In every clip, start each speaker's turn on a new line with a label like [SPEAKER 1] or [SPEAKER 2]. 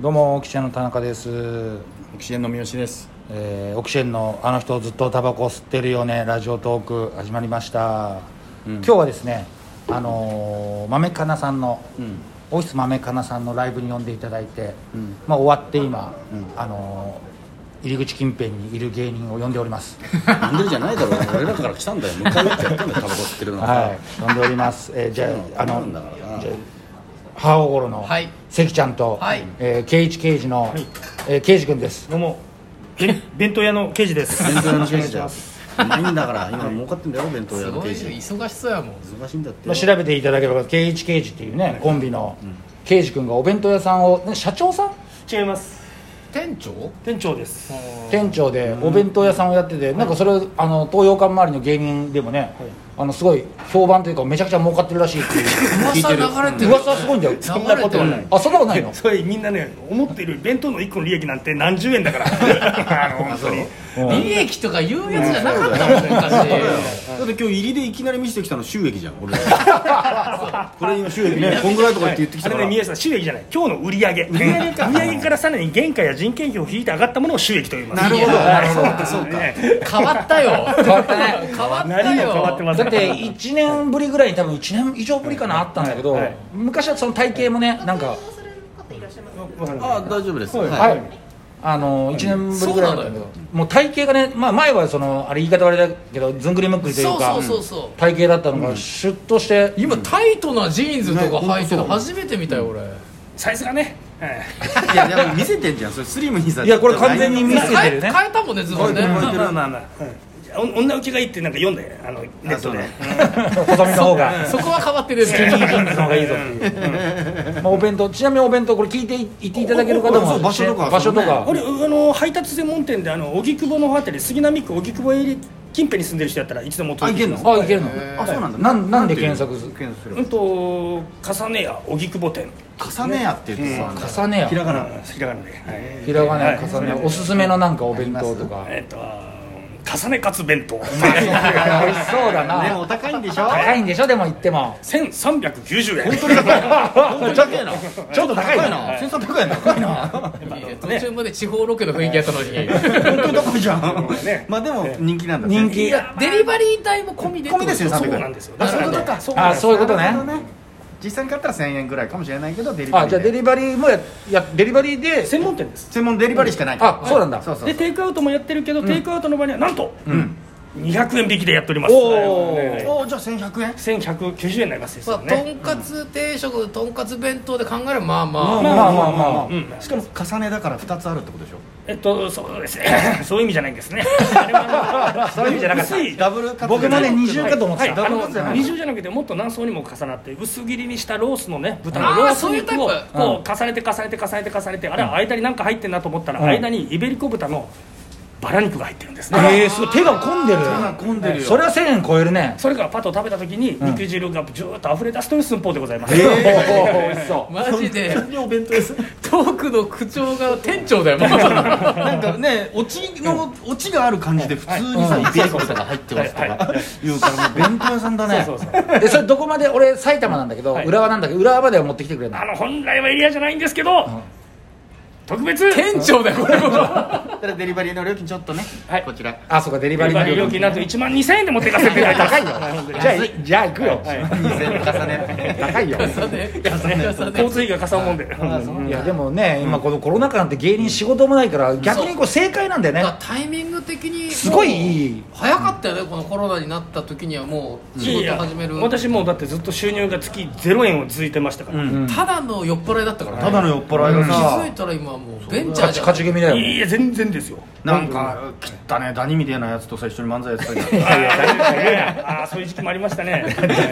[SPEAKER 1] どうもオキシエンの田中です、
[SPEAKER 2] オキシエンの三好です
[SPEAKER 1] えーオキシエンのあの人ずっとタバコ吸ってるよねラジオトーク始まりました、今日はですねあのー豆かなさんの、オフィス豆かなさんのライブに呼んでいただいて、まあ終わって今、あのー入り口近辺にいる芸人を呼んでおります
[SPEAKER 2] 飲んでるじゃないだろう俺らから来たんだよ迎え撃ってやったんだよタバコ吸ってるの
[SPEAKER 1] はい、呼んでおり ます。えー、じゃあ、あ
[SPEAKER 2] な
[SPEAKER 1] の
[SPEAKER 2] んだからな、
[SPEAKER 1] 母心の、
[SPEAKER 3] はい
[SPEAKER 1] 関ちゃんと、
[SPEAKER 3] はい
[SPEAKER 1] えー、圭一刑事の、えー、刑事くんです。
[SPEAKER 4] どうもべん弁当屋の刑事です
[SPEAKER 2] 弁当屋の刑事だようまいんだから今儲かってんだよ弁当屋
[SPEAKER 3] す
[SPEAKER 2] の
[SPEAKER 3] ごい
[SPEAKER 2] 刑
[SPEAKER 3] よ
[SPEAKER 2] 事
[SPEAKER 3] 忙しそうやもん
[SPEAKER 2] 忙しいんだって
[SPEAKER 1] まあ、
[SPEAKER 2] よ
[SPEAKER 1] 調べていただければ、圭一刑事っていうね、コンビの、刑事くんがお弁当屋さんを、ね社長さん。
[SPEAKER 4] 違います
[SPEAKER 3] 店長
[SPEAKER 4] 店長です
[SPEAKER 1] 店長でお弁当屋さんをやってて、なんかそれあの東洋館周りの芸人でもね、あのすごい評判というかめちゃくちゃ儲かってるらしいっていう聞い
[SPEAKER 3] 噂
[SPEAKER 1] て
[SPEAKER 3] 流
[SPEAKER 1] る
[SPEAKER 3] れ てる
[SPEAKER 1] 噂はすごいんだよ
[SPEAKER 3] 流れてるそんなことはない
[SPEAKER 1] あそんなことないの
[SPEAKER 4] それみんなね思っている弁当の1個の利益なんて何十円だか らあの本当に
[SPEAKER 3] 利益とか言うやつじゃなかったもん昔
[SPEAKER 2] だって今日入りでいきなり見せてきたの収益じゃん俺らこれ今収益ねこんぐらいとかって言ってき
[SPEAKER 4] あ
[SPEAKER 2] たか
[SPEAKER 4] れ
[SPEAKER 2] ら
[SPEAKER 4] ね宮下さん収益じゃない今日の売り上げ売り上げか売り上げからさらに原価や人件費を引いて上がったものを収益と言います
[SPEAKER 2] なるほど
[SPEAKER 3] いや
[SPEAKER 2] なるほどそうかそうか
[SPEAKER 3] 変わったよ変
[SPEAKER 1] わったね
[SPEAKER 3] 変わった
[SPEAKER 4] 何も
[SPEAKER 3] よ
[SPEAKER 4] 変わってま
[SPEAKER 1] だ
[SPEAKER 4] せん
[SPEAKER 1] って1年ぶりぐらいに多分1年以上ぶりかなあったんだけど、
[SPEAKER 4] はい
[SPEAKER 1] 昔はその体型もねなんか、
[SPEAKER 5] する方いらっしゃいますか
[SPEAKER 2] ああ大丈夫です
[SPEAKER 1] は
[SPEAKER 2] はい
[SPEAKER 1] あの1年ぶりぐらいだったんだけ
[SPEAKER 3] そうなの
[SPEAKER 1] ど
[SPEAKER 3] よ
[SPEAKER 1] もう体型がね、まあ、前はそのあれ言い方悪いだけどずんぐりむっくりというか
[SPEAKER 3] そうそうそうそう
[SPEAKER 1] 体型だったのがシュッとして、
[SPEAKER 3] 今タイトなジーンズとか履いてる
[SPEAKER 2] ね
[SPEAKER 3] の初めて見たよ俺
[SPEAKER 4] サイズがねはい
[SPEAKER 2] いやでも見せてんじゃんそれスリムにさ
[SPEAKER 1] いやこれ完全に見せ
[SPEAKER 3] 変
[SPEAKER 1] て
[SPEAKER 3] え
[SPEAKER 1] るね
[SPEAKER 3] 変えたもんねズボンね
[SPEAKER 2] 変えてる
[SPEAKER 4] まあまあまあうんお女受けがいいってなんか読んだよあのネットで
[SPEAKER 1] 細身の方が
[SPEAKER 3] そこは変わってる
[SPEAKER 1] スキニージーンズの方がいいぞっていう、まあ、お弁当ちなみにお弁当これ聞いてい言っていただける方
[SPEAKER 2] おおお
[SPEAKER 1] も
[SPEAKER 2] そう場所とか
[SPEAKER 1] 場所とか
[SPEAKER 2] そ
[SPEAKER 4] 俺あの配達専門店であの荻窪のあたり杉並区荻窪エリ近辺に住んでる人やったらいつでも
[SPEAKER 2] あいけん
[SPEAKER 4] ん
[SPEAKER 2] の
[SPEAKER 1] あいけるの
[SPEAKER 2] あそうなんだ
[SPEAKER 1] なんなんで
[SPEAKER 2] ていうの
[SPEAKER 1] 検索する
[SPEAKER 2] 検索
[SPEAKER 4] うんと重ね屋荻窪店
[SPEAKER 2] する重ねやって言ってさ
[SPEAKER 1] 重ねや
[SPEAKER 2] ひらがな
[SPEAKER 4] うんひらがなで、はい
[SPEAKER 1] ひらが
[SPEAKER 4] は
[SPEAKER 1] ね
[SPEAKER 4] い
[SPEAKER 1] 重ねおすすめのなんかお弁当とか
[SPEAKER 4] えっと重ねカツ弁当
[SPEAKER 1] あ美味しそうだ
[SPEAKER 2] で
[SPEAKER 1] な
[SPEAKER 2] もお高いんでしょ
[SPEAKER 1] 高いんでしょでも言っても
[SPEAKER 4] 1390円
[SPEAKER 2] 本当に高いなちょっと高いな千三百円高いない
[SPEAKER 3] いね途中まで地方ロケの雰囲気やったのに
[SPEAKER 2] 本当に高いじゃん
[SPEAKER 4] ね
[SPEAKER 2] まあでも人気なんだ
[SPEAKER 1] 人気
[SPEAKER 3] デリバリー代も込みでっ
[SPEAKER 2] 込
[SPEAKER 3] てこと
[SPEAKER 2] みですよ
[SPEAKER 4] そう
[SPEAKER 2] 300円
[SPEAKER 4] なんですよ
[SPEAKER 2] あ
[SPEAKER 4] だ
[SPEAKER 2] そういう
[SPEAKER 4] か
[SPEAKER 2] こと
[SPEAKER 4] ら
[SPEAKER 2] かそう
[SPEAKER 1] あそういうことね
[SPEAKER 2] なるほど実際に買ったら1000円ぐらいかもしれないけどデリバリー
[SPEAKER 1] あじゃあデリバリーもややデリバリーで
[SPEAKER 4] 専門店です
[SPEAKER 2] 専門デリバリーしかないから
[SPEAKER 1] あそうなんだ
[SPEAKER 2] そうそう
[SPEAKER 4] でテイクアウトもやってるけどテイクアウトの場合にはなんと
[SPEAKER 2] うん
[SPEAKER 4] 200円引きでやっております
[SPEAKER 1] おー
[SPEAKER 4] はい
[SPEAKER 2] おじゃあ1100円
[SPEAKER 4] 1190円になります
[SPEAKER 3] ま
[SPEAKER 4] よ
[SPEAKER 3] あと
[SPEAKER 4] ね
[SPEAKER 3] んかつ定食とんかつ弁当で考えればまあま
[SPEAKER 1] まあ
[SPEAKER 3] あ
[SPEAKER 1] まあまあまあ、
[SPEAKER 4] うん
[SPEAKER 2] しかも重ねだから2つあるってことでしょ
[SPEAKER 4] えっとそうで すねそういう意味じゃないんですねあれはそういう意味じゃなかった
[SPEAKER 2] 薄いダブルカット
[SPEAKER 1] 僕もね二重かと思って
[SPEAKER 4] はい、
[SPEAKER 1] た、
[SPEAKER 4] あ
[SPEAKER 2] ダブルカツじゃな
[SPEAKER 4] の
[SPEAKER 2] い
[SPEAKER 4] 二重じゃなくてもっと何層にも重なって薄切りにしたロースのね豚
[SPEAKER 3] あ
[SPEAKER 4] の
[SPEAKER 3] ー
[SPEAKER 4] ロース肉を
[SPEAKER 3] そういうタイプ
[SPEAKER 4] こう重ねて重ねて重ねて重ねてあれ間に何か入ってんなと思ったら
[SPEAKER 1] ん
[SPEAKER 4] 間にイベリコ豚のバラ肉が入ってるんですね
[SPEAKER 1] えー、すごい手が込んでる
[SPEAKER 2] 混んでるよ
[SPEAKER 1] それは1000円超えるね
[SPEAKER 4] それからパッと食べた時に肉汁がジューッと溢れ出すという寸法でございま す
[SPEAKER 1] おー美味しそう
[SPEAKER 3] マジで
[SPEAKER 2] 本当にお弁当です
[SPEAKER 3] トークの口調が店 長だよもう
[SPEAKER 2] なんかねオチのオチがある感じで普通にさイベリコさんが入ってますとか言うからもう弁当屋さんだね
[SPEAKER 4] そうそうそう
[SPEAKER 1] えそれどこまで俺埼玉なんだけど、
[SPEAKER 4] はい
[SPEAKER 1] 浦和なんだけど浦和までは持ってきてくれな
[SPEAKER 4] あ
[SPEAKER 1] い
[SPEAKER 4] の本来はエリアじゃないんですけど、特別
[SPEAKER 3] 店長だよこれは
[SPEAKER 2] だからデリバリーの料金ちょっとね
[SPEAKER 4] はい
[SPEAKER 2] こちら
[SPEAKER 1] あそうかデリバ
[SPEAKER 4] バ
[SPEAKER 1] リーの
[SPEAKER 4] リバ
[SPEAKER 1] 料
[SPEAKER 4] リ
[SPEAKER 1] 金
[SPEAKER 4] 料金なんと1万2000円で持っていかせていただいてます
[SPEAKER 1] 高いよじゃあいじゃあ行くよ、
[SPEAKER 2] 2000重ね
[SPEAKER 1] 高いよ
[SPEAKER 3] ね
[SPEAKER 4] 交通費がかさんもんで、
[SPEAKER 1] いやでもね今このコロナ禍なんて芸人仕事もないから逆にこう正解なんだよね
[SPEAKER 3] だからタイミング的に
[SPEAKER 1] すごいいい
[SPEAKER 3] もう早かったよねこのコロナになった時にはもう仕
[SPEAKER 4] い
[SPEAKER 3] 事
[SPEAKER 4] や
[SPEAKER 3] 始める
[SPEAKER 4] 私もうだってずっと収入が月0円を続いてましたから、
[SPEAKER 3] ただの酔っ払いだったからね
[SPEAKER 2] ただの酔っ払いが
[SPEAKER 3] 気
[SPEAKER 2] さ
[SPEAKER 3] づいたら今もうベンチャ
[SPEAKER 1] 勝
[SPEAKER 3] ーじ
[SPEAKER 1] ち
[SPEAKER 3] ゃん
[SPEAKER 1] 勝ち気味だよ
[SPEAKER 4] い
[SPEAKER 1] ね
[SPEAKER 4] や全然ですよ
[SPEAKER 2] なんか切ったねダニみたいなやつとさ一緒に漫才やってたけど
[SPEAKER 4] いやいや大丈夫ですねああそういう時期もありましたね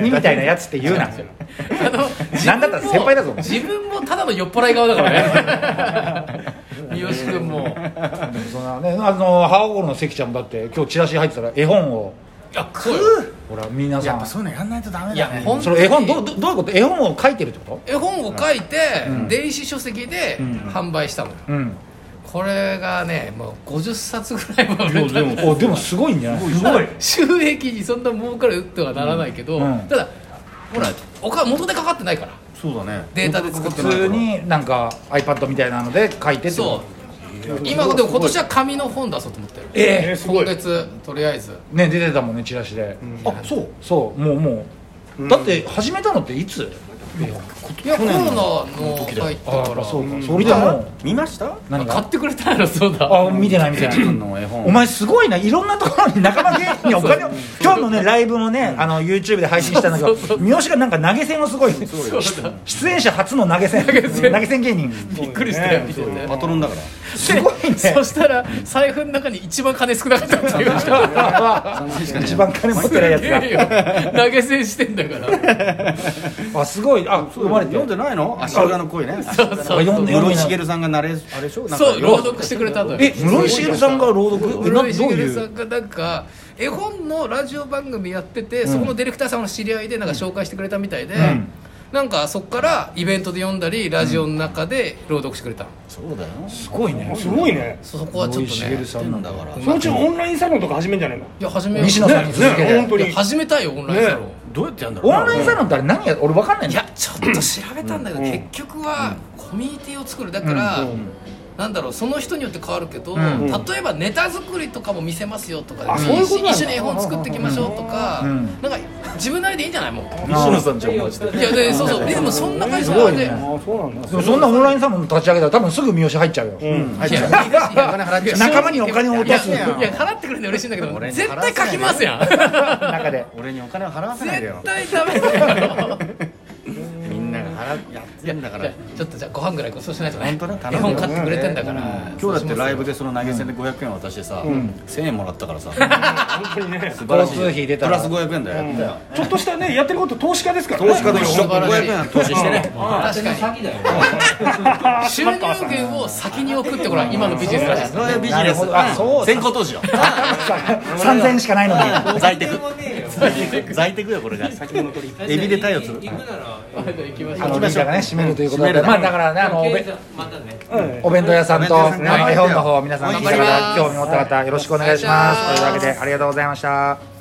[SPEAKER 1] みたいなやつって言うな
[SPEAKER 3] あの
[SPEAKER 1] なんだったら先輩だぞ
[SPEAKER 3] 自分もただの酔っ払い側だから ね三好君も
[SPEAKER 1] そんなねあの母心の関ちゃんもだって今日チラシ入ってたら絵本を
[SPEAKER 3] いやそうよ
[SPEAKER 1] ほら皆
[SPEAKER 2] や
[SPEAKER 1] さ
[SPEAKER 2] っぱ
[SPEAKER 1] ん
[SPEAKER 2] そういうのやんないとダメ
[SPEAKER 3] い
[SPEAKER 2] だ
[SPEAKER 3] や
[SPEAKER 2] ね
[SPEAKER 3] 本
[SPEAKER 1] その
[SPEAKER 3] 当に
[SPEAKER 1] 絵本どどどういうこと絵本を書いてるってこ
[SPEAKER 3] 絵本を書いて電子書籍で販売したのよ
[SPEAKER 1] とうん
[SPEAKER 3] これがねもう50冊ぐらいは売れた
[SPEAKER 2] でも
[SPEAKER 1] おでもすごいんじゃない
[SPEAKER 2] すごい
[SPEAKER 3] 収益にそんな儲かるとはならないけど、
[SPEAKER 1] うん
[SPEAKER 3] ただほらおか元でかかってないから
[SPEAKER 2] そうだね
[SPEAKER 3] データで作って
[SPEAKER 1] 普
[SPEAKER 3] もら
[SPEAKER 1] 通
[SPEAKER 3] う
[SPEAKER 1] になんか iPad みたいなので書いてって
[SPEAKER 3] そ
[SPEAKER 1] こ
[SPEAKER 3] う今でも今年は紙の本出そうと思ってる
[SPEAKER 1] とえ
[SPEAKER 4] すご
[SPEAKER 3] 今
[SPEAKER 4] い
[SPEAKER 3] 月とりあえず
[SPEAKER 1] えね出てたもんねチラシで、
[SPEAKER 2] あそう
[SPEAKER 1] そうもうもう、だって始めたのっていつ
[SPEAKER 3] いやコロナの
[SPEAKER 2] だよ
[SPEAKER 3] 入って
[SPEAKER 1] あ
[SPEAKER 3] から
[SPEAKER 1] そうか、それでもう
[SPEAKER 2] 見ました
[SPEAKER 1] 何
[SPEAKER 3] 買
[SPEAKER 1] が
[SPEAKER 3] ってくれたらそうだ
[SPEAKER 1] あ見てない見て
[SPEAKER 2] ケ
[SPEAKER 1] な
[SPEAKER 2] チ君
[SPEAKER 1] い
[SPEAKER 2] の絵本
[SPEAKER 1] お前すごいないろんなところに仲間芸人にお金を今日のねライブもねあの YouTube で配信したんだけど三好がなんか投げ銭をすごい
[SPEAKER 3] そうだ
[SPEAKER 1] 出演者初の投げ銭投げ銭芸人
[SPEAKER 3] びっくりしたよ
[SPEAKER 4] ね
[SPEAKER 3] 見てて
[SPEAKER 2] パトロンだから
[SPEAKER 1] すごいね
[SPEAKER 3] そしたら財布の中に一番金少なかったって言いました
[SPEAKER 1] 一番金持ってないやつ
[SPEAKER 3] いやいや投げ銭してんだから
[SPEAKER 1] があすごいあ生まれて
[SPEAKER 2] 読んでないの足裏の恋ね
[SPEAKER 3] そうそう
[SPEAKER 1] 読んで
[SPEAKER 2] 室井茂さんがナレーションあれでしょなんか
[SPEAKER 3] そう朗読してくれたのよ
[SPEAKER 1] え室井茂さんが朗読えなどう
[SPEAKER 3] 室井茂
[SPEAKER 1] い
[SPEAKER 3] さ
[SPEAKER 1] うん
[SPEAKER 3] がなんか絵本のラジオ番組やってて、そこのディレクターさんの知り合いでなんか紹介してくれたみたいで、
[SPEAKER 1] ん
[SPEAKER 3] なんかそこからイベントで読んだりラジオの中で朗読してくれたの、
[SPEAKER 2] そうだよ
[SPEAKER 1] すごいね
[SPEAKER 4] すごいね
[SPEAKER 3] そこはちょっとね
[SPEAKER 1] さんなんだ
[SPEAKER 2] だから
[SPEAKER 4] そのうちオンラインサロンとか始めんじゃないの
[SPEAKER 3] いや始めよう
[SPEAKER 1] 西野さんに続け
[SPEAKER 4] ね本
[SPEAKER 1] て
[SPEAKER 4] 当
[SPEAKER 3] いや
[SPEAKER 4] に
[SPEAKER 3] 始めたいよオンラインサロン、
[SPEAKER 4] ね
[SPEAKER 2] どうやってやんだろう
[SPEAKER 1] オンラインサロンってあれ何や俺わかんないん
[SPEAKER 3] い
[SPEAKER 1] だ
[SPEAKER 3] やちょっと調べたんだけど、結局はコミュニティを作るだから、なんだろうその人によって変わるけど、
[SPEAKER 1] ん
[SPEAKER 3] 例えばネタ作りとかも見せますよとか
[SPEAKER 4] あ
[SPEAKER 3] で
[SPEAKER 4] そういうことなんだ
[SPEAKER 3] 一緒に絵本作っていきましょうとか、
[SPEAKER 1] うん
[SPEAKER 3] なんか自分なりでいいんじゃないもう
[SPEAKER 2] 西野さんじゃんマジで
[SPEAKER 3] いやでそうそうでもそんな感じ
[SPEAKER 1] す
[SPEAKER 3] じゃ
[SPEAKER 1] ご
[SPEAKER 3] ない
[SPEAKER 1] い
[SPEAKER 3] で、
[SPEAKER 1] ね
[SPEAKER 4] あそうなんだ
[SPEAKER 1] でもそんなオンラインサロン立ち上げたら多分すぐ三好入っちゃうよ
[SPEAKER 4] うん
[SPEAKER 2] 入っち
[SPEAKER 3] い
[SPEAKER 2] ゃ
[SPEAKER 3] や
[SPEAKER 2] う
[SPEAKER 3] いや
[SPEAKER 1] ちゃう仲間にお金を落とす
[SPEAKER 3] いやいやいや払ってくれるの嬉しいんだけど
[SPEAKER 2] 俺に
[SPEAKER 3] 絶対書きますやん
[SPEAKER 1] 中で
[SPEAKER 2] 俺にお金を払わせないでよ
[SPEAKER 3] 絶対ダメだよ
[SPEAKER 2] みんなが払うやってんだから
[SPEAKER 3] ちょっとじゃあご飯ぐらいごちそうしないとね
[SPEAKER 2] 本当ね
[SPEAKER 3] 絵本買ってくれてんだから、
[SPEAKER 2] 今日だってライブでその投げ銭で500円渡してさ1000円もらったからさ
[SPEAKER 4] 本当にね
[SPEAKER 2] 素晴らしい
[SPEAKER 1] 交通費出た
[SPEAKER 2] プ
[SPEAKER 1] ら
[SPEAKER 2] ラス500円だよやったよ
[SPEAKER 4] ちょっとしたねやってること投資家ですからね
[SPEAKER 2] 投資家と一緒
[SPEAKER 3] 素晴らしい
[SPEAKER 2] 500円投資してね
[SPEAKER 3] 確かに収入源を先に送ってこれ今のビジネ スらしいです
[SPEAKER 2] それビジ
[SPEAKER 1] な
[SPEAKER 2] ネ
[SPEAKER 1] る
[SPEAKER 2] ス
[SPEAKER 1] ほどあそうだ
[SPEAKER 2] 先行投資よ
[SPEAKER 1] 3000円しかないのに
[SPEAKER 2] 在宅在宅よこれがエビで対応する
[SPEAKER 5] 行くなら、
[SPEAKER 3] 行きまし
[SPEAKER 1] あ
[SPEAKER 3] ょ
[SPEAKER 1] の
[SPEAKER 3] う
[SPEAKER 1] リーダーがね締めるということで、
[SPEAKER 2] 締める
[SPEAKER 1] まあだからねあのおべ
[SPEAKER 5] またね。
[SPEAKER 1] お弁当屋さんと
[SPEAKER 2] お
[SPEAKER 1] あ
[SPEAKER 2] 弁当屋さんね
[SPEAKER 1] の絵本の方皆さん聞いた
[SPEAKER 3] 頑張りま
[SPEAKER 1] 方
[SPEAKER 3] す
[SPEAKER 1] 興味持った方よろしくお願いします。と
[SPEAKER 3] お願い
[SPEAKER 1] い
[SPEAKER 3] し
[SPEAKER 1] う
[SPEAKER 3] ます
[SPEAKER 1] わけでありがとうございました。